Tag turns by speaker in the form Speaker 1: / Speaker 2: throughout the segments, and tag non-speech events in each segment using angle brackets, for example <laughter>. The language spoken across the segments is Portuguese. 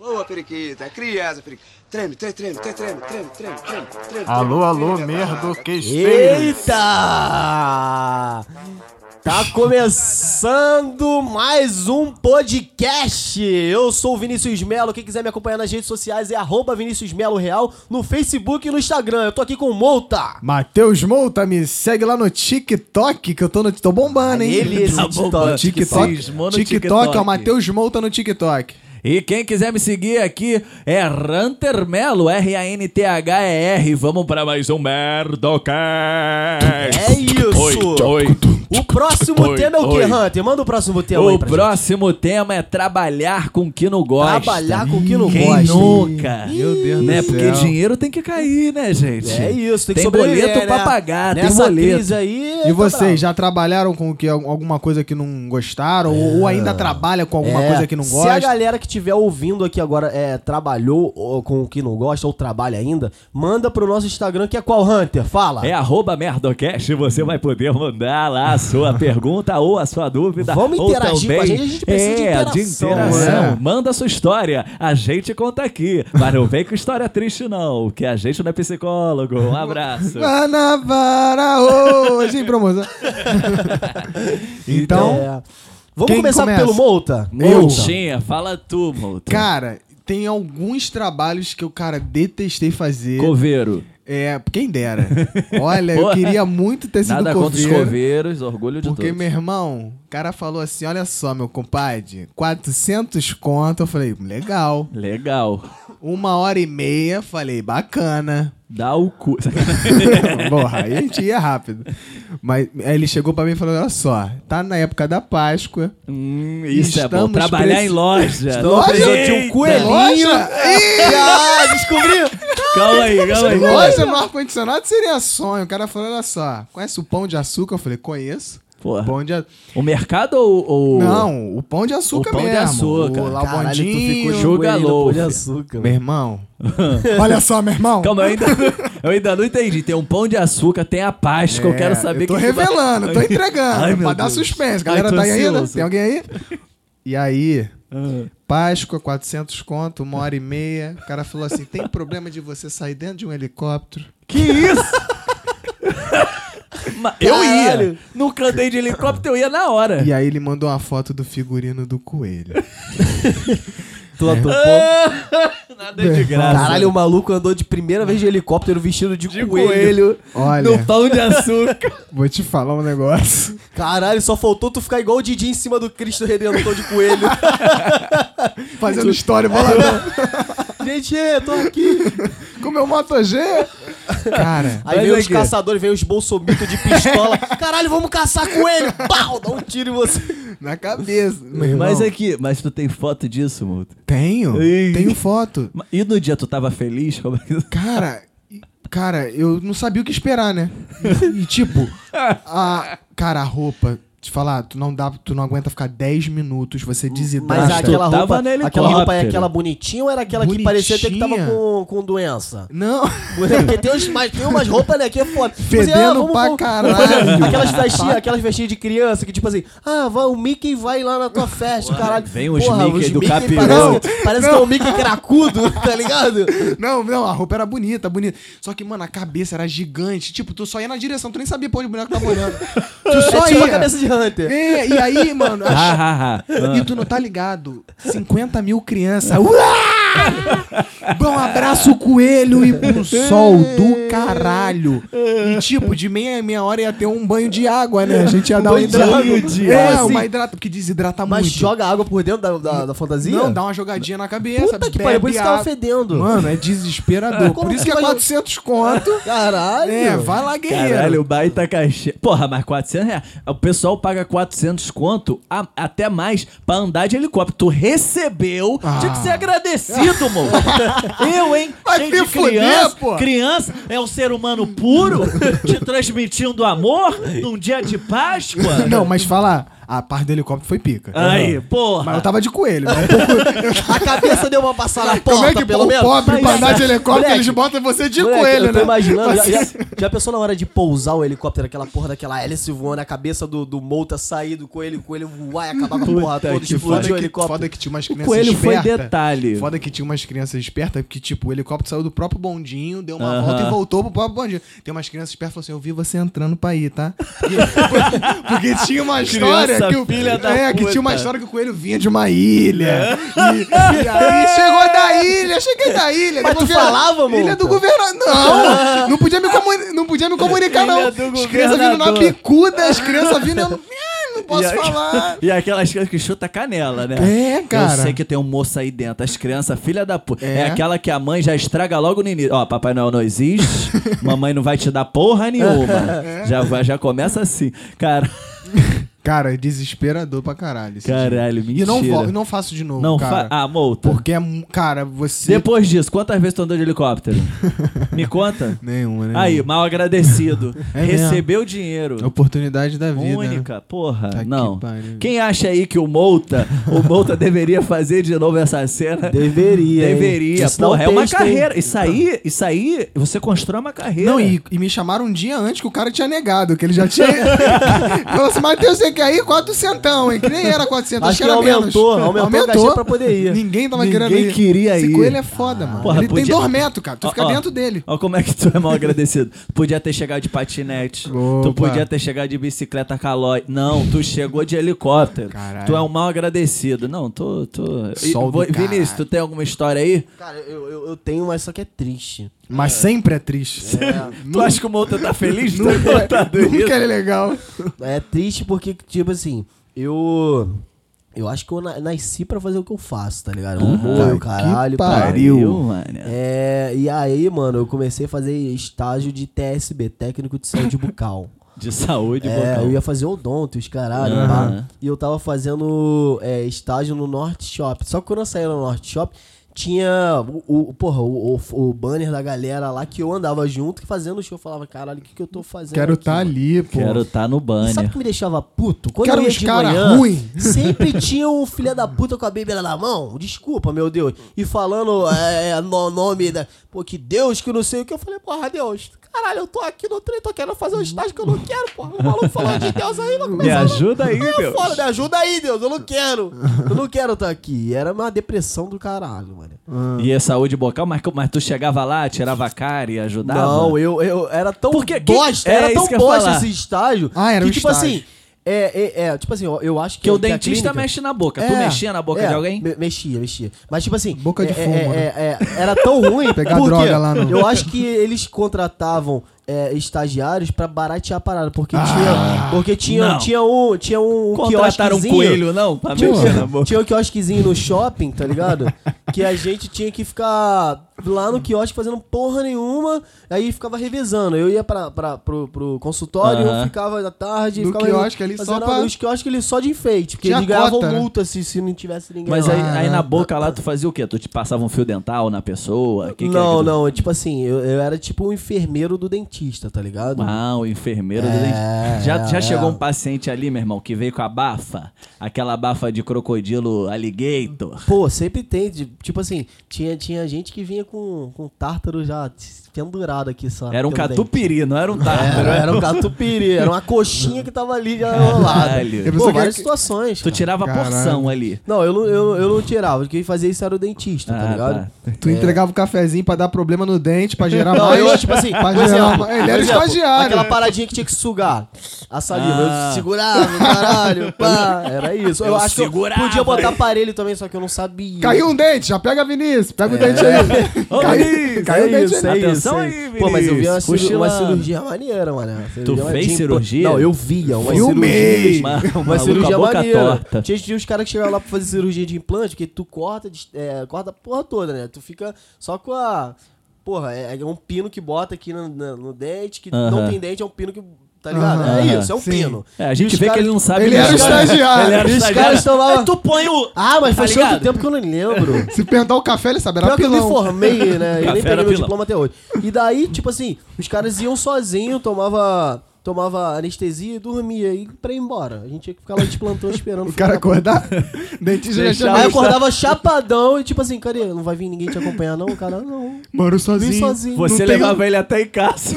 Speaker 1: Boa, periquita. é Criança, periquita. Treme, treme, treme, treme, treme, treme, treme, treme, treme.
Speaker 2: Alô, alô, merdo
Speaker 3: Eita!
Speaker 4: <laughs>
Speaker 3: Tá começando mais um podcast. Eu sou o Vinícius Melo. Quem quiser me acompanhar nas redes sociais é arroba Vinícius Melo Real no Facebook e no Instagram. Eu tô aqui com o Mouta.
Speaker 2: Matheus Mouta, me segue lá no TikTok, que eu tô, no, tô bombando, hein?
Speaker 3: Ele esse
Speaker 4: Tá bombando.
Speaker 3: TikTok.
Speaker 2: TikTok,
Speaker 4: Cismou no
Speaker 2: TikTok,
Speaker 4: TikTok.
Speaker 2: é o Matheus Mouta no TikTok.
Speaker 4: E quem quiser me seguir aqui é Ranter Melo, R-A-N-T-H-E-R. Vamos pra mais um Merdocast.
Speaker 3: É isso.
Speaker 4: Oi, oi.
Speaker 3: O próximo
Speaker 4: Oi,
Speaker 3: tema é o quê,
Speaker 4: oi.
Speaker 3: Hunter? Manda o próximo tema aí
Speaker 4: O
Speaker 3: pra
Speaker 4: próximo tema é trabalhar com o que não gosta.
Speaker 3: gente. Trabalhar com o que não
Speaker 4: Quem
Speaker 3: gosta.
Speaker 4: nunca?
Speaker 2: Meu Deus
Speaker 4: né?
Speaker 2: do
Speaker 4: Porque
Speaker 2: céu.
Speaker 4: dinheiro tem que cair, né, gente?
Speaker 3: É isso, tem que
Speaker 4: Tem
Speaker 3: sobreviver,
Speaker 4: boleto pra
Speaker 3: né?
Speaker 4: pagar, tem
Speaker 3: Nessa
Speaker 4: boleto.
Speaker 3: crise aí...
Speaker 2: E
Speaker 3: tá bravo.
Speaker 2: vocês, já trabalharam com que, alguma coisa que não gostaram? Ou, ou ainda trabalha com alguma
Speaker 3: É,
Speaker 2: coisa que não
Speaker 3: Se a
Speaker 2: gosta?
Speaker 3: galera que estiver ouvindo aqui agora é, trabalhou ou com o que não gosta ou trabalha ainda, manda pro nosso Instagram que é qual, Hunter? Fala.
Speaker 4: É arroba Merdocast, você vai poder mandar lá a
Speaker 3: <laughs>
Speaker 4: sua pergunta ou a sua dúvida.
Speaker 3: Vamos
Speaker 4: ou
Speaker 3: interagir
Speaker 4: também,
Speaker 3: com a gente, a gente precisa de
Speaker 4: é,
Speaker 3: interação,
Speaker 4: interação.
Speaker 2: né?
Speaker 4: Manda a sua história, a gente conta aqui. Mas não vem com história triste não, que a gente não é psicólogo. Um
Speaker 3: <laughs>
Speaker 4: abraço.
Speaker 3: Ah,
Speaker 2: Guanabara hoje em <laughs> promoção. então,
Speaker 3: É. Vamos
Speaker 2: Quem
Speaker 3: começar
Speaker 2: começa?
Speaker 3: pelo Mouta?
Speaker 2: Eu.
Speaker 4: Moutinha, fala tu, Mouto.
Speaker 2: cara, tem alguns trabalhos que eu, cara, detestei fazer.
Speaker 4: Coveiro.
Speaker 2: É, quem
Speaker 4: <laughs>
Speaker 2: dera. Olha, eu
Speaker 4: Porra.
Speaker 2: queria muito ter sido
Speaker 4: Nada contra os
Speaker 2: coveiro.
Speaker 4: coveiros, orgulho de
Speaker 2: Porque,
Speaker 4: todos.
Speaker 2: meu irmão, o cara falou assim: olha só, meu compadre, 400 conto. Eu falei, legal.
Speaker 4: Legal.
Speaker 2: Uma hora e meia, falei,
Speaker 4: <laughs>
Speaker 2: bacana.
Speaker 4: Dá o cu.
Speaker 2: Porra, aí a gente ia rápido. Mas aí ele chegou pra mim e falou: olha só, tá na época da Páscoa.
Speaker 4: Hum, isso é bom.
Speaker 2: Estamos
Speaker 4: Trabalhar
Speaker 2: preci-
Speaker 4: em loja.
Speaker 2: Loja?
Speaker 4: Precisou de um
Speaker 3: Eita.
Speaker 4: coelhinho.
Speaker 2: Loja? Ih,
Speaker 3: Ah, descobriu!
Speaker 4: Calma aí, calma aí.
Speaker 2: Loja no ar-condicionado seria sonho. O cara falou: olha só, conhece o pão de açúcar? Eu falei, conheço.
Speaker 4: Porra.
Speaker 2: Pão de açúcar.
Speaker 4: O mercado ou. ou-
Speaker 2: Não, o pão de açúcar
Speaker 4: O pão de
Speaker 2: mesmo.
Speaker 4: açúcar.
Speaker 2: O
Speaker 3: Caralho, tu ficou
Speaker 2: Labondinho.
Speaker 4: Joga
Speaker 3: joelho no pão
Speaker 4: louco,
Speaker 3: de
Speaker 4: filho.
Speaker 3: açúcar.
Speaker 2: Meu
Speaker 4: <laughs>
Speaker 2: irmão. Olha só, meu irmão.
Speaker 4: Calma, eu
Speaker 2: <laughs>
Speaker 4: ainda, eu ainda não entendi. Tem um pão de açúcar, tem a Páscoa, eu quero saber
Speaker 2: É, eu tô
Speaker 4: que-
Speaker 2: revelando, tô entregando.
Speaker 4: Ai, meu
Speaker 2: pra dar
Speaker 4: Deus.
Speaker 2: suspense.
Speaker 4: Ai,
Speaker 2: Galera,
Speaker 4: tô
Speaker 2: tá aí ainda?
Speaker 4: ansioso.
Speaker 2: Tem alguém aí? E aí,
Speaker 4: Ah.
Speaker 2: Páscoa, 400 conto, uma hora e meia. O cara falou assim: tem problema de você sair dentro de um helicóptero? <laughs>
Speaker 4: Que isso? Mas eu ia.
Speaker 3: Caralho.
Speaker 4: Nunca andei de helicóptero, eu ia na hora.
Speaker 2: E aí ele mandou uma foto do figurino do
Speaker 4: <laughs>
Speaker 2: coelho.
Speaker 3: Tu atuou pouco.
Speaker 4: <laughs> Nada de graça.
Speaker 3: É. Caralho, o maluco andou de primeira vez de helicóptero vestido de, coelho.
Speaker 2: Olha,
Speaker 4: no pão de açúcar.
Speaker 2: vou te falar um
Speaker 4: <laughs>
Speaker 2: negócio.
Speaker 3: Caralho, só faltou tu ficar igual o Didi em cima do Cristo Redentor de
Speaker 4: <laughs>
Speaker 3: coelho.
Speaker 2: Fazendo história, vou lá.
Speaker 3: Gente, é, tô aqui.
Speaker 2: Comeu o Moto
Speaker 4: <laughs>
Speaker 2: G. Cara,
Speaker 3: Aí
Speaker 4: Mas
Speaker 3: vem
Speaker 4: é
Speaker 3: os
Speaker 4: que-
Speaker 3: caçadores, vem os bolsomitos de <laughs> pistola. Caralho, vamos caçar coelho! Pau! Dá um tiro em você.
Speaker 2: na cabeça. Meu <laughs> irmão,
Speaker 4: Mas é aqui, mas tu tem foto disso, Muto?
Speaker 2: Tenho,
Speaker 4: Ei.
Speaker 2: tenho foto.
Speaker 4: E no dia tu tava feliz? Como é que-
Speaker 2: <laughs> Cara, e- cara, eu não sabia o que esperar,
Speaker 3: <laughs>
Speaker 2: né? E, e, tipo, a, cara, a roupa, te falar, tu não dá, tu não aguenta ficar 10 minutos, você desidrata.
Speaker 3: Mas aquela
Speaker 4: tava
Speaker 3: roupa,
Speaker 4: no
Speaker 3: aquela roupa é
Speaker 4: helicóptero.
Speaker 3: aquela bonitinha ou era aquela que
Speaker 2: Bonitinha?
Speaker 3: parecia até que tava com, com doença?
Speaker 2: Não. <laughs>
Speaker 3: Porque tem, uns, mas tem umas roupas, né, que é foda. Tipo
Speaker 2: Fedendo pra caralho.
Speaker 3: aquelas, festinhas, aquelas festinhas de criança que, tipo assim, ah, vai, o Mickey vai lá na tua festa, caralho.
Speaker 4: vem os Mickey do
Speaker 3: parece-
Speaker 4: capiroto.
Speaker 3: Parece, que é o Mickey cracudo, <laughs> tá ligado?
Speaker 2: Não, não, a roupa era bonita, bonita. Só que, mano, a cabeça era gigante. Tipo, tu só ia na direção, tu nem sabia pra onde o boneco tava
Speaker 3: <laughs>
Speaker 2: olhando. Tu só
Speaker 3: é tipo a
Speaker 2: ia.
Speaker 3: cabeça de Hunter.
Speaker 2: É, e aí, mano, a
Speaker 4: Ah,
Speaker 2: <laughs>
Speaker 4: ah, ah. Ah.
Speaker 2: E tu não tá ligado? 50 mil
Speaker 3: Ah.
Speaker 2: crianças. Uá! Bom abraço, coelho, e pro sol do caralho. E tipo, de meia em meia hora ia ter um banho de água, né? A gente ia dar um
Speaker 3: banho de
Speaker 2: hidrato.
Speaker 3: água de
Speaker 2: É,
Speaker 3: água,
Speaker 2: uma
Speaker 3: assim.
Speaker 2: hidrata, porque desidrata
Speaker 3: Mas
Speaker 2: muito.
Speaker 3: joga água por dentro da, da, da fantasia?
Speaker 2: Não, dá uma jogadinha na cabeça.
Speaker 3: Puta que
Speaker 2: bebe
Speaker 3: pariu, por isso que tava
Speaker 2: água.
Speaker 3: fedendo.
Speaker 2: Mano, é desesperador.
Speaker 3: Como
Speaker 2: por isso
Speaker 3: que
Speaker 2: que é
Speaker 3: vai-
Speaker 2: 400 conto.
Speaker 3: Caralho.
Speaker 2: É, vai lá, guerreiro.
Speaker 4: Caralho, o baita cachê. Porra, mas 400 reais. O pessoal paga 400 conto, a- até mais, pra andar de helicóptero. Tu recebeu,
Speaker 2: Ah.
Speaker 4: tinha que ser agradecido,
Speaker 2: <laughs>
Speaker 4: mano. Eu, hein?
Speaker 2: Vai
Speaker 4: cheio
Speaker 2: se
Speaker 4: de criança,
Speaker 2: fuder, pô.
Speaker 4: criança é um ser humano puro, te transmitindo amor num dia de Páscoa.
Speaker 2: Não, mas fala, a parte do helicóptero foi pica.
Speaker 4: Aí,
Speaker 2: Mas eu
Speaker 4: porra.
Speaker 2: tava de coelho, né? Um pouco
Speaker 3: A cabeça deu uma passada
Speaker 2: <laughs>
Speaker 3: na
Speaker 2: Como é
Speaker 3: porta,
Speaker 2: que
Speaker 3: pelo
Speaker 2: o
Speaker 3: menos. é,
Speaker 2: pobre pra
Speaker 4: Mas-
Speaker 2: andar de helicóptero,
Speaker 3: Moleque,
Speaker 2: eles botam você de
Speaker 3: Moleque,
Speaker 2: coelho,
Speaker 3: eu tô
Speaker 2: né?
Speaker 3: imaginando, já,
Speaker 2: Mas-
Speaker 3: já, Já pensou na hora de pousar o helicóptero, aquela porra daquela hélice voando, a cabeça do, do Mouta sair do coelho, o coelho voar e acabar com a porra
Speaker 4: Puta
Speaker 3: toda,
Speaker 4: que
Speaker 3: explodir o
Speaker 2: que,
Speaker 3: helicóptero.
Speaker 2: foda é que tinha umas
Speaker 4: O
Speaker 2: crianças
Speaker 4: coelho foi
Speaker 2: espertas.
Speaker 4: detalhe.
Speaker 2: Foda é que tinha umas crianças espertas, porque, tipo, o helicóptero saiu do próprio bondinho, deu uma volta e voltou pro próprio bondinho. Tem umas crianças espertas que falaram assim: eu vi você entrando pra ir, tá? E- <laughs> porque tinha uma história
Speaker 4: Criança
Speaker 2: que o.
Speaker 4: filha da
Speaker 2: é, que
Speaker 4: puta. É.
Speaker 2: tinha uma história que o coelho vinha de uma ilha. E, e aí chegou da ilha, cheguei da ilha.
Speaker 3: Mas
Speaker 2: do
Speaker 3: tu
Speaker 2: governo-
Speaker 3: falava,
Speaker 2: Ilha
Speaker 3: multa?
Speaker 2: do governador. Não! Não podia me, comuni- não podia me comunicar, não.
Speaker 4: Ilha do
Speaker 2: As crianças vindo na
Speaker 4: governador.
Speaker 2: bicuda, as crianças vindo. Eu, "Ah, não posso
Speaker 4: a-
Speaker 2: falar.
Speaker 4: <laughs> E aquelas crianças que chuta canela, né?
Speaker 2: É, cara.
Speaker 4: Eu sei que tem um moço aí dentro. As crianças, filha da puta.
Speaker 2: É.
Speaker 4: É. aquela que a mãe já estraga logo no início. Ó, Papai Noel não
Speaker 2: <laughs>
Speaker 4: existe. mamãe não vai te dar porra nenhuma.
Speaker 2: É.
Speaker 4: Já, vai- já começa assim.
Speaker 2: <laughs>
Speaker 4: Cara,
Speaker 2: Cara, é desesperador pra caralho. esse
Speaker 4: Caralho, é
Speaker 2: dia. E não,
Speaker 4: mentira.
Speaker 2: vo- e não faço de novo,
Speaker 4: não
Speaker 2: cara.
Speaker 4: faz. Ah, multa.
Speaker 2: Porque, é mu- cara, você...
Speaker 4: Depois disso, quantas vezes tu andou de
Speaker 2: <laughs>
Speaker 4: helicóptero? Me conta.
Speaker 2: Nenhuma, né?
Speaker 4: Aí, mal agradecido.
Speaker 2: <laughs> É mesmo.
Speaker 4: Recebeu dinheiro.
Speaker 2: Oportunidade da vida. né?
Speaker 4: Única, porra,
Speaker 2: Tá que
Speaker 4: não.
Speaker 2: pariu.
Speaker 4: Quem acha aí que o Mouta, o Mouta deveria fazer de novo essa cena?
Speaker 3: Deveria. hein?
Speaker 4: Deveria,
Speaker 3: Isso dá um
Speaker 4: porra, é uma
Speaker 3: texto, hein?
Speaker 4: carreira. Isso aí, isso aí, você constrói uma carreira.
Speaker 2: Ah. Não, e, e me chamaram um dia antes que o cara tinha negado, que ele já
Speaker 4: <laughs>
Speaker 2: tinha... <laughs> Falou assim, Matheus, você quer ir? Quatrocentão, hein? Que nem era quatrocentos,
Speaker 3: Acho que
Speaker 2: era
Speaker 3: aumentou,
Speaker 2: menos.
Speaker 3: aumentou o cachê pra poder ir.
Speaker 2: Ninguém tava
Speaker 4: Ninguém
Speaker 2: querendo ir.
Speaker 4: queria
Speaker 2: Esse
Speaker 4: ir.
Speaker 2: coelho é foda, mano.
Speaker 4: Porra,
Speaker 2: ele tem
Speaker 4: podia-
Speaker 2: dois metros, cara. Tu
Speaker 4: Ó,
Speaker 2: fica
Speaker 4: ó,
Speaker 2: dentro dele.
Speaker 4: Ó, como é que tu é mal agradecido. Podia ter chegado de patinete.
Speaker 2: Opa.
Speaker 4: Tu podia ter chegado de bicicleta calói. Não, tu chegou de helicóptero.
Speaker 2: Caralho.
Speaker 4: Tu é um mal agradecido. Não, tu. tu... E
Speaker 2: Sol do
Speaker 4: vou-
Speaker 2: caralho.
Speaker 4: Vinícius, tu tem alguma história aí?
Speaker 3: Cara, eu, eu, eu tenho, mas só que é triste.
Speaker 2: Mas sempre é triste.
Speaker 4: Tu acha que o Mouta tá
Speaker 2: <laughs>
Speaker 4: feliz? de ter
Speaker 2: Nunca,
Speaker 4: contado isso?
Speaker 2: nunca é legal.
Speaker 3: É triste porque, tipo assim, eu. Eu acho que eu na- nasci pra fazer o que eu faço, tá ligado? Eu
Speaker 2: Puta
Speaker 3: morro,
Speaker 2: que
Speaker 3: caralho. pá.
Speaker 2: pariu.
Speaker 4: mano.
Speaker 3: É, e aí, mano, eu comecei a fazer estágio de TSB, técnico de saúde bucal.
Speaker 4: <laughs> De saúde,
Speaker 3: É,
Speaker 4: vocal.
Speaker 3: eu ia fazer odonto, os caralho,
Speaker 4: Aham.
Speaker 3: pá. E eu tava fazendo é, estágio no North Shop. Só que quando eu saí no North Shop, tinha o, o- porra, o, o- o banner da galera lá que eu andava junto, que fazendo show. Eu falava, caralho, o que, que eu tô fazendo
Speaker 2: Quero
Speaker 3: aqui,
Speaker 2: tá
Speaker 3: mano?"
Speaker 2: ali, pô.
Speaker 4: Quero estar tá no
Speaker 3: E Sabe o
Speaker 4: banner.
Speaker 3: que me deixava puto? Quando
Speaker 2: Quero
Speaker 3: eu ia
Speaker 2: uns
Speaker 3: de
Speaker 2: cara
Speaker 3: manhã,
Speaker 2: ruim. <laughs>
Speaker 3: sempre tinha um filho da puta com a bíblia na mão. Desculpa, meu Deus. E falando é, no nome da... Pô, que Deus, que não sei o que. Eu falei, porra, Deus, caralho, eu tô aqui no trem, tô querendo fazer um estágio que eu não quero, porra. O maluco falando de Deus aí, vai
Speaker 4: Me
Speaker 3: começar... a-
Speaker 4: ajuda aí,
Speaker 3: É,
Speaker 4: Deus.
Speaker 3: foda, me ajuda aí, Deus, eu não quero. Eu não quero estar aqui. Era uma depressão do caralho, mano.
Speaker 4: E é saúde bocal, mas, mas tu chegava lá, tirava a cara e ajudava?
Speaker 3: Não, eu, eu era tão
Speaker 4: Porque que-
Speaker 3: bosta,
Speaker 4: é
Speaker 3: era
Speaker 4: isso
Speaker 3: tão
Speaker 4: que eu ia
Speaker 3: bosta
Speaker 4: falar.
Speaker 3: esse estágio.
Speaker 2: Ah, era
Speaker 3: que,
Speaker 2: um
Speaker 3: tipo
Speaker 2: estágio.
Speaker 3: assim, é, é, é, tipo assim, eu, eu acho que
Speaker 4: Porque o
Speaker 3: que a
Speaker 4: dentista
Speaker 3: clínica-
Speaker 4: mexe na boca. Tu
Speaker 3: É,
Speaker 4: mexia na boca
Speaker 3: é,
Speaker 4: de alguém?
Speaker 3: me- mexia, mexia. Mas, tipo assim.
Speaker 2: Boca de
Speaker 3: é, é,
Speaker 2: fumo,
Speaker 3: é,
Speaker 2: né?
Speaker 3: é, era tão
Speaker 2: <laughs>
Speaker 3: ruim.
Speaker 2: Pegar
Speaker 3: porque
Speaker 2: droga lá no-
Speaker 3: Eu acho que eles contratavam. é, estagiários pra baratear a parada, porque
Speaker 2: Ah.
Speaker 3: tinha, porque tinha,
Speaker 4: não.
Speaker 3: tinha um, tinha um
Speaker 4: Contrataram um
Speaker 3: quiosquezinho-
Speaker 4: coelho, não? Pra
Speaker 3: tinha,
Speaker 4: mexer na boca.
Speaker 3: tinha um quiosquezinho no shopping, tá
Speaker 4: <laughs>
Speaker 3: ligado? que a gente tinha que ficar lá no quiosque fazendo porra nenhuma, aí ficava revezando. Eu ia pra, pra, pro, pro consultório,
Speaker 4: Aham.
Speaker 3: eu ficava da tarde,
Speaker 2: No
Speaker 3: ficava
Speaker 2: quiosque ali só
Speaker 3: fazendo-
Speaker 2: pra-
Speaker 3: Os quiosques ali só de enfeite, porque
Speaker 2: Tinha
Speaker 3: eles ganhavam
Speaker 2: cota, né? Ah.
Speaker 3: multa se, se não tivesse ninguém
Speaker 4: Mas
Speaker 3: lá.
Speaker 4: aí, aí
Speaker 2: Caraca.
Speaker 4: na boca lá tu fazia o quê? Tu te passava um fio dental na pessoa? Que que
Speaker 3: não,
Speaker 4: é que tu-
Speaker 3: não, é tipo assim, eu, eu era tipo um enfermeiro do dentista, tá ligado?
Speaker 4: Ah, o enfermeiro do
Speaker 3: É,
Speaker 4: dentista. Já, já
Speaker 3: é.
Speaker 4: chegou um paciente ali, meu irmão, que veio com a bafa. Aquela bafa de crocodilo alligator.
Speaker 3: Pô, sempre tem, de- tipo assim, tinha, tinha gente que vinha com, com tártaro já pendurado aqui só.
Speaker 4: Era um
Speaker 3: pelo dente.
Speaker 4: catupiry, não era um tártaro.
Speaker 3: Era, era um catupiry, era uma coxinha que tava ali já rolada.
Speaker 4: Caralho.
Speaker 2: Eu pensei
Speaker 3: Pô,
Speaker 2: que era
Speaker 3: várias
Speaker 2: que-
Speaker 3: situações.
Speaker 4: Tu
Speaker 3: cara.
Speaker 4: tirava a
Speaker 2: Caralho.
Speaker 4: porção ali.
Speaker 3: Não, eu não, eu, eu não tirava. Quem fazia isso era o dentista, tá
Speaker 4: Ah,
Speaker 3: ligado?
Speaker 2: Tu entregava o cafezinho pra dar problema no dente, pra gerar
Speaker 3: <laughs> Não,
Speaker 2: mais.
Speaker 3: eu, tipo assim,
Speaker 2: pra
Speaker 3: por
Speaker 2: gerar
Speaker 3: exemplo,
Speaker 2: mais. Ele
Speaker 3: por
Speaker 2: era
Speaker 3: exemplo,
Speaker 2: estagiário.
Speaker 3: Aquela paradinha que tinha que sugar a saliva.
Speaker 4: Ah.
Speaker 3: Eu segurava, caralho, pá. Era isso. Eu,
Speaker 4: Eu
Speaker 3: acho que eu
Speaker 4: segurava.
Speaker 3: podia botar aparelho também, só que eu não sabia.
Speaker 2: Caiu um dente, já pega a Vinícius,
Speaker 3: É.
Speaker 2: pega o dente
Speaker 3: <laughs>
Speaker 2: aí.
Speaker 4: Ô,
Speaker 2: caiu
Speaker 4: Vinícius,
Speaker 2: caiu o
Speaker 4: é
Speaker 2: dente
Speaker 4: isso,
Speaker 2: aí.
Speaker 4: é isso.
Speaker 3: Atenção
Speaker 4: Atenção
Speaker 3: aí,
Speaker 4: aí,
Speaker 3: Pô, mas eu vi uma,
Speaker 4: Vinícius,
Speaker 3: ciru- uma
Speaker 4: cochilando.
Speaker 3: cirurgia maneira, mano.
Speaker 4: Tu fez cirurgia?
Speaker 3: Não, eu via. Uma
Speaker 2: Filmei.
Speaker 3: cirurgia.
Speaker 4: Mas o
Speaker 3: Uma
Speaker 4: maluco,
Speaker 3: cirurgia
Speaker 4: a boca
Speaker 3: maneira.
Speaker 4: torta.
Speaker 3: Tinha, tinha os caras que chegavam lá pra fazer cirurgia de implante, porque tu corta, des- é, corta a porra toda, né? Tu fica só com a... Porra, é, é um pino que bota aqui no, no- no dente, que não
Speaker 4: Aham.
Speaker 3: tem dente, é um pino que... Tá ligado?
Speaker 4: Aham.
Speaker 3: É isso, é um
Speaker 2: Sim.
Speaker 3: pino.
Speaker 4: É, a
Speaker 3: E
Speaker 4: gente
Speaker 3: os
Speaker 4: vê que
Speaker 3: caras-
Speaker 4: ele não sabe
Speaker 2: Ele era
Speaker 4: nada.
Speaker 2: estagiário.
Speaker 4: Ele era
Speaker 3: E os
Speaker 4: estagiário.
Speaker 3: caras tão lá-
Speaker 4: Aí tu põe o.
Speaker 3: Ah, mas
Speaker 4: Tá
Speaker 3: faz tanto
Speaker 4: ligado?
Speaker 3: tempo que eu não
Speaker 4: <laughs>
Speaker 3: lembro.
Speaker 2: Se perguntar o café, ele saberá
Speaker 3: Pior que eu me
Speaker 2: pilão. <laughs>
Speaker 3: formei, né? Eu nem
Speaker 4: Café era
Speaker 3: peguei meu
Speaker 4: pilão.
Speaker 3: diploma até hoje. E daí, tipo assim, os caras iam sozinhos, tomava tomava anestesia e dormia e pra ir embora. A gente tinha que ficar lá de plantão esperando.
Speaker 2: <laughs> O cara
Speaker 3: <laughs>
Speaker 2: acordar, dentista já
Speaker 4: Deixar-
Speaker 2: chamou.
Speaker 3: Aí eu
Speaker 2: ele.
Speaker 3: acordava chapadão e tipo assim, cadê? Não vai vir ninguém te acompanhar não, o cara? Não.
Speaker 2: Moro sozinho.
Speaker 3: Vim sozinho.
Speaker 4: Você
Speaker 2: Não tem um-
Speaker 4: levava ele até em
Speaker 2: <laughs>
Speaker 4: casa.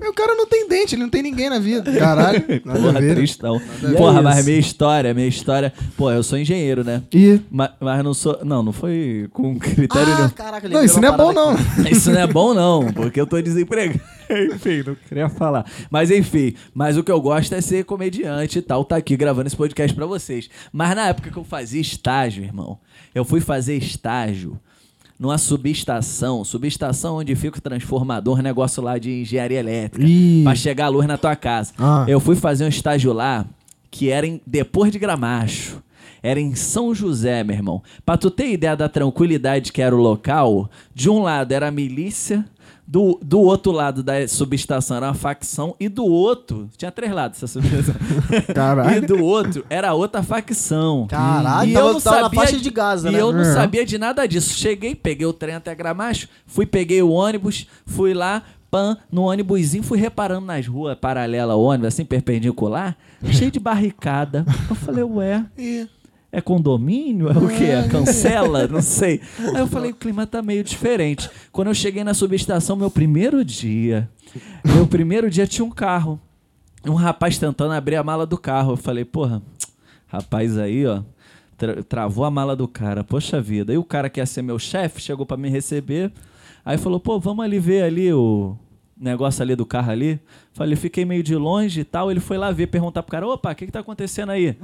Speaker 2: O cara não tem dente, ele não tem ninguém na vida.
Speaker 3: <laughs>
Speaker 2: Caralho. nada a
Speaker 4: Porra,
Speaker 2: ver.
Speaker 4: tristão.
Speaker 2: a
Speaker 4: Porra,
Speaker 2: ver
Speaker 4: mas
Speaker 2: isso.
Speaker 4: minha história, minha história. Pô, eu sou engenheiro, né?
Speaker 2: E...
Speaker 4: Mas, mas não sou. Não, não foi com critério
Speaker 3: Ah,
Speaker 4: nenhum.
Speaker 3: caraca,
Speaker 2: Não, isso não é bom, não.
Speaker 4: <laughs> Isso não é bom, não, porque eu tô desempregado. <laughs> enfim, não queria falar. Mas enfim, mas o que eu gosto é ser comediante e tal, tá aqui gravando esse podcast pra vocês. Mas na época que eu fazia estágio, irmão, eu fui fazer estágio numa subestação, subestação onde fica o transformador, um negócio lá de engenharia elétrica,
Speaker 2: Ih.
Speaker 4: pra chegar a luz na tua casa.
Speaker 2: Ah.
Speaker 4: Eu fui fazer um estágio lá que era em depois de Gramacho. Era em São José, meu irmão. Pra tu ter ideia da tranquilidade que era o local, de um lado era a milícia, do, do outro lado da subestação era uma facção, e do outro. Tinha três lados essa subestação.
Speaker 2: Caralho.
Speaker 4: <laughs> E do outro era outra facção.
Speaker 3: Caralho,
Speaker 4: e
Speaker 3: tava-
Speaker 4: eu não
Speaker 3: tava na
Speaker 4: sabia
Speaker 3: faixa de Gaza,
Speaker 4: E
Speaker 3: né?
Speaker 4: eu não
Speaker 2: É.
Speaker 4: sabia de nada disso. Cheguei, peguei o trem até Gramacho, fui, peguei o ônibus, fui lá, pan, no ônibusinho, fui reparando nas ruas paralela ao ônibus, assim, perpendicular, cheio de barricada. Eu falei, ué. É condomínio? É o quê? É cancela? Não sei. Aí eu falei, o clima tá meio diferente. Quando eu cheguei na subestação, meu primeiro dia, meu primeiro dia tinha um carro. Um rapaz tentando abrir a mala do carro. Eu falei, porra, rapaz aí, ó, tra- travou a mala do cara. Poxa vida. E o cara que ia ser meu chefe chegou pra me receber. Aí falou, pô, vamos ali ver ali o negócio ali do carro ali. Falei, fiquei meio de longe e tal. Ele foi lá ver, perguntar pro cara, opa, o que que tá acontecendo aí?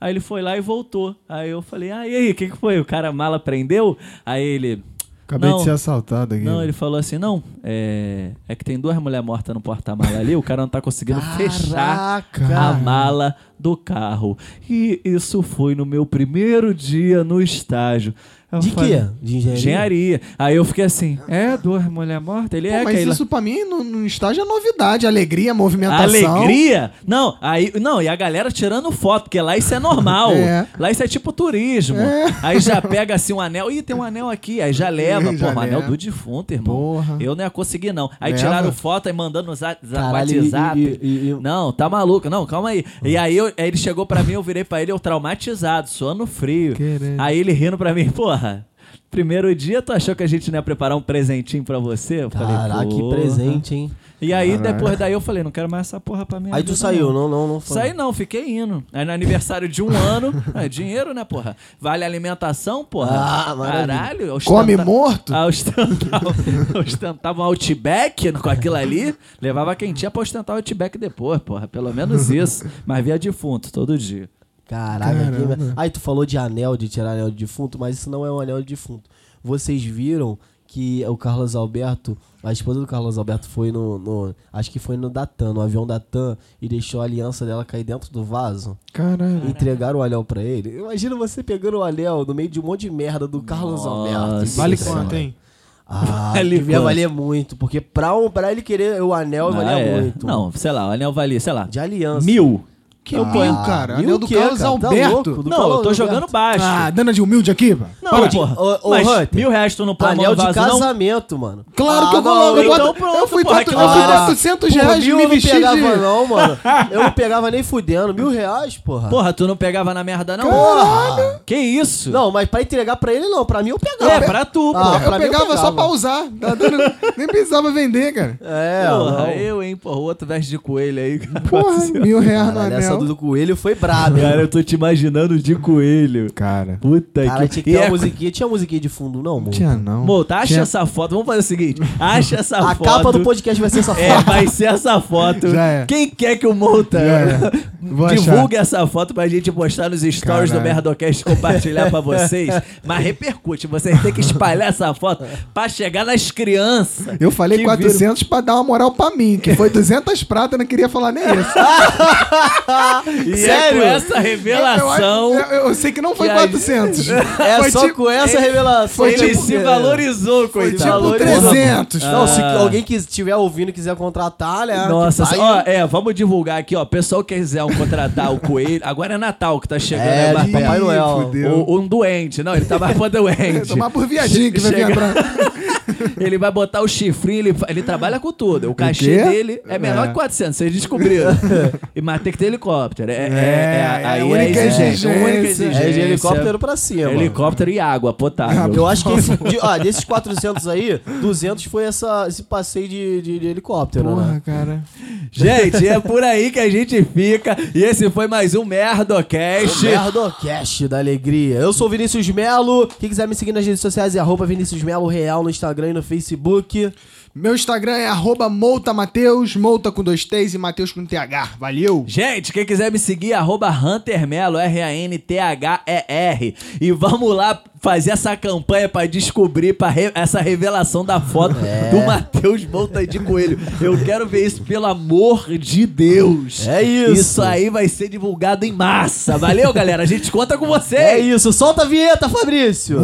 Speaker 4: Aí ele foi lá e voltou. Aí eu falei, ah, e aí, o que que foi? O cara a mala prendeu? Aí ele...
Speaker 2: Acabei
Speaker 4: "Não,
Speaker 2: de ser assaltado aqui.
Speaker 4: não, ele falou assim, não, é, é que tem duas mulheres mortas no porta-mala ali, o cara não tá conseguindo
Speaker 2: <laughs>
Speaker 4: fechar a mala do carro. E isso foi no meu primeiro dia no estágio. Eu
Speaker 3: De
Speaker 4: falei,
Speaker 3: quê? De engenharia?
Speaker 4: Engenharia. Aí eu fiquei assim, é duas mulheres mortas? Ele
Speaker 2: Pô,
Speaker 4: é,
Speaker 2: mas
Speaker 4: Keila."
Speaker 2: isso pra mim, no, no estágio, é novidade. Alegria, movimentação.
Speaker 4: Alegria? Não, aí, não, e a galera tirando foto, porque lá isso é normal.
Speaker 3: <laughs>
Speaker 2: É.
Speaker 4: Lá isso é tipo turismo.
Speaker 3: É.
Speaker 4: Aí já pega assim um anel, ih, tem um anel aqui, aí já leva.
Speaker 2: Ih, já
Speaker 4: Pô, o anel
Speaker 2: leva.
Speaker 4: do defunto, irmão.
Speaker 2: Porra.
Speaker 4: Eu não ia conseguir, não. Aí
Speaker 2: Leva.
Speaker 4: tiraram foto e mandando no za- za-
Speaker 3: Caralho, e-
Speaker 4: WhatsApp.
Speaker 3: e- e- Hum. e-
Speaker 4: Não, tá maluco, não, calma aí. E aí, eu- aí ele chegou pra mim, eu virei pra ele, eu traumatizado, suando frio.
Speaker 2: Querendo.
Speaker 4: Aí ele rindo pra mim, porra. Primeiro dia, tu achou que a gente não ia preparar um presentinho pra você? Eu falei,
Speaker 3: Caraca, que
Speaker 4: "Porra."
Speaker 3: presente, hein?
Speaker 4: E aí,
Speaker 2: Caralho.
Speaker 4: depois daí, eu falei, não quero mais essa porra pra mim.
Speaker 3: Aí tu saiu,
Speaker 4: não?
Speaker 3: não, não, não foi.
Speaker 4: Saí não, fiquei indo. Aí no aniversário de um
Speaker 3: <laughs>
Speaker 4: ano, é, dinheiro, né, porra? Vale alimentação, porra?
Speaker 3: Ah, maravilha.
Speaker 4: Caralho. eu ostenta-
Speaker 2: Come morto?
Speaker 4: Ah, ostentava, <laughs> ostentava um outback com aquilo ali, levava quem tinha pra ostentar o outback depois, porra. Pelo menos isso. Mas via defunto todo dia.
Speaker 3: Caraca, que... Aí tu falou de anel, de tirar anel de defunto, mas isso não é um anel de defunto. Vocês viram que o Carlos Alberto, a esposa do Carlos Alberto foi no, no- acho que foi no Datan, no avião da TAM, e deixou a aliança dela cair dentro do vaso?
Speaker 2: Caralho.
Speaker 3: Entregaram o anel pra ele? Imagina você pegando o anel no meio de um monte de merda do Carlos
Speaker 4: Nossa.
Speaker 3: Alberto.
Speaker 2: Vale
Speaker 4: Sim,
Speaker 2: quanto,
Speaker 4: senhora.
Speaker 2: hein? <laughs>
Speaker 3: Ah,
Speaker 4: Vale
Speaker 3: devia
Speaker 4: quanto?
Speaker 3: valer muito, porque pra, um, pra ele querer o anel,
Speaker 4: Ah,
Speaker 3: valia
Speaker 4: é.
Speaker 3: muito.
Speaker 4: Não, sei lá, o anel valia, sei lá.
Speaker 3: De aliança. Tá
Speaker 4: Mil.
Speaker 2: Que mil, cara. Tá Anel do Carlos Alberto.
Speaker 4: Não, eu tô jogando baixo.
Speaker 2: ah, dana de humilde aqui, pô.
Speaker 4: não,
Speaker 2: Para.
Speaker 4: porra.
Speaker 3: Ô, ô,
Speaker 4: mas
Speaker 3: Hunter,
Speaker 4: mil reais tu não põe a mão
Speaker 3: Anel
Speaker 4: no
Speaker 3: de
Speaker 4: Tá vaso, não?
Speaker 3: casamento, mano. Ah,
Speaker 2: Claro que eu coloco. eu,
Speaker 4: então
Speaker 2: boto- eu
Speaker 4: pronto,
Speaker 2: fui,
Speaker 4: porra,
Speaker 2: quatro-
Speaker 4: que
Speaker 2: eu fui
Speaker 4: loucura.
Speaker 2: 400
Speaker 3: Porra,
Speaker 2: reais
Speaker 3: mil
Speaker 2: me
Speaker 3: eu não
Speaker 2: vestir
Speaker 3: pegava
Speaker 2: de...
Speaker 3: não,
Speaker 2: <laughs>
Speaker 3: mano. Eu não pegava nem fudendo. Mil reais, porra.
Speaker 4: Porra, tu não pegava na merda, não?
Speaker 3: Porra.
Speaker 4: Que isso?
Speaker 3: Não, mas pra entregar pra ele, não. Pra mim, eu pegava.
Speaker 4: É, pra tu,
Speaker 3: Ah,
Speaker 4: porra.
Speaker 2: eu
Speaker 3: pra mim, eu
Speaker 2: pegava só
Speaker 3: pegava.
Speaker 2: pra usar. Tá dando- <laughs> Nem precisava vender, cara.
Speaker 3: É,
Speaker 4: Porra,
Speaker 3: não.
Speaker 4: eu, hein, porra, o outro veste de coelho aí.
Speaker 2: Porra, mil reais no
Speaker 3: Caralho, essa
Speaker 2: anel.
Speaker 3: do coelho foi braba, hein?
Speaker 4: eu tô te imaginando de coelho.
Speaker 2: Cara,
Speaker 4: Puta
Speaker 3: Cara, tinha que
Speaker 4: E
Speaker 3: ter uma
Speaker 4: é-
Speaker 3: musiquinha. Tinha musiquinha de fundo, não, amor?
Speaker 2: tinha não.
Speaker 4: Mota, acha
Speaker 2: Tinha-
Speaker 4: essa foto. Vamos fazer o seguinte: acha essa
Speaker 3: A
Speaker 4: foto.
Speaker 3: capa do podcast vai ser essa
Speaker 4: É,
Speaker 3: foto.
Speaker 4: vai ser essa foto.
Speaker 2: Já é.
Speaker 4: Quem quer que o Mouta
Speaker 2: Já é. Vou
Speaker 4: divulgue essa foto pra gente postar nos stories do
Speaker 2: Caralho.
Speaker 4: Merdocast e compartilhar
Speaker 3: <laughs>
Speaker 4: pra vocês? Mas repercute, vocês têm que espalhar essa foto pra chegar nas crianças.
Speaker 2: Eu falei
Speaker 4: que
Speaker 2: 400 pra dar uma moral pra mim, que foi 200 prata, eu não queria falar nem <laughs> isso.
Speaker 4: E
Speaker 3: Sério?
Speaker 4: é com essa revelação.
Speaker 2: É, Eu, eu- eu sei que não foi
Speaker 4: Que aí-
Speaker 2: 400.
Speaker 3: É
Speaker 2: <laughs> foi
Speaker 3: só
Speaker 2: tipo,
Speaker 3: com essa revelação.
Speaker 2: foi
Speaker 4: ele
Speaker 2: tipo-
Speaker 4: se valorizou,
Speaker 2: foi
Speaker 4: coitado.
Speaker 2: tipo
Speaker 3: valorizou.
Speaker 2: 300.
Speaker 3: Não, se
Speaker 4: É. Ah.
Speaker 3: alguém que estiver ouvindo e quiser contratar, né?
Speaker 4: Nossa,
Speaker 3: que
Speaker 4: ó,
Speaker 3: vai-
Speaker 4: é, vamos divulgar aqui, ó. Pessoal que quiser um contratar o coelho. Agora é Natal que tá chegando,
Speaker 3: É,
Speaker 4: né, Bartão?
Speaker 3: Papai Noel.
Speaker 2: fudeu.
Speaker 4: Ou- ou um doente. Não, ele tá mais pra doente.
Speaker 2: Tomar por viadinho que vai
Speaker 4: Chega.
Speaker 2: vir atrás.
Speaker 4: ele vai botar o chifrinho, ele, fa- ele trabalha com tudo. O cachê
Speaker 2: quê?
Speaker 4: dele é menor
Speaker 2: É.
Speaker 4: que 400, vocês descobriram. E- Mas tem que ter helicóptero. É, é,
Speaker 2: É,
Speaker 4: é, aí
Speaker 2: é
Speaker 4: é
Speaker 2: única
Speaker 4: exigência,
Speaker 2: exigência.
Speaker 4: única
Speaker 3: É de
Speaker 4: exigência.
Speaker 3: helicóptero pra cima.
Speaker 4: Helicóptero e água potável.
Speaker 3: Eu acho que esse, de- ó, desses 400 aí, 200 foi essa, esse passeio de, de- de helicóptero, né?
Speaker 2: Porra, cara.
Speaker 4: Gente, é por aí que a gente fica. E esse foi mais um Merdocast.
Speaker 3: Um Merdocast da alegria. Eu sou o Vinícius Melo. Quem quiser me seguir nas redes sociais é arroba Vinícius Melo Real no Instagram e no Facebook.
Speaker 2: Meu Instagram é arroba moutamateus, mouta com dois T's e Mateus com TH. Valeu!
Speaker 4: Gente, quem quiser me seguir, arroba HunterMelo, R-A-N-T-H-E-R. E vamos lá fazer essa campanha pra descobrir pra re- essa revelação da foto
Speaker 3: É.
Speaker 4: do Matheus Monta de Coelho. Eu quero ver isso, pelo amor de Deus.
Speaker 3: É isso.
Speaker 4: Isso aí vai ser divulgado em massa. Valeu, galera. A gente conta com
Speaker 3: É
Speaker 4: vocês.
Speaker 3: isso, solta a vinheta, Fabrício!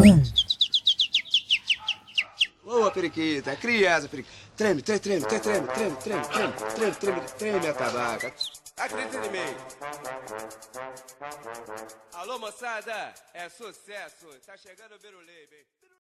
Speaker 1: Boa, periquita, é criança, periquita. Treme, treme, treme, treme, treme, treme, treme, treme, treme, treme, treme a tabaca. Acredita em mim. Alô, moçada, é sucesso. Tá chegando o Birulei, hein?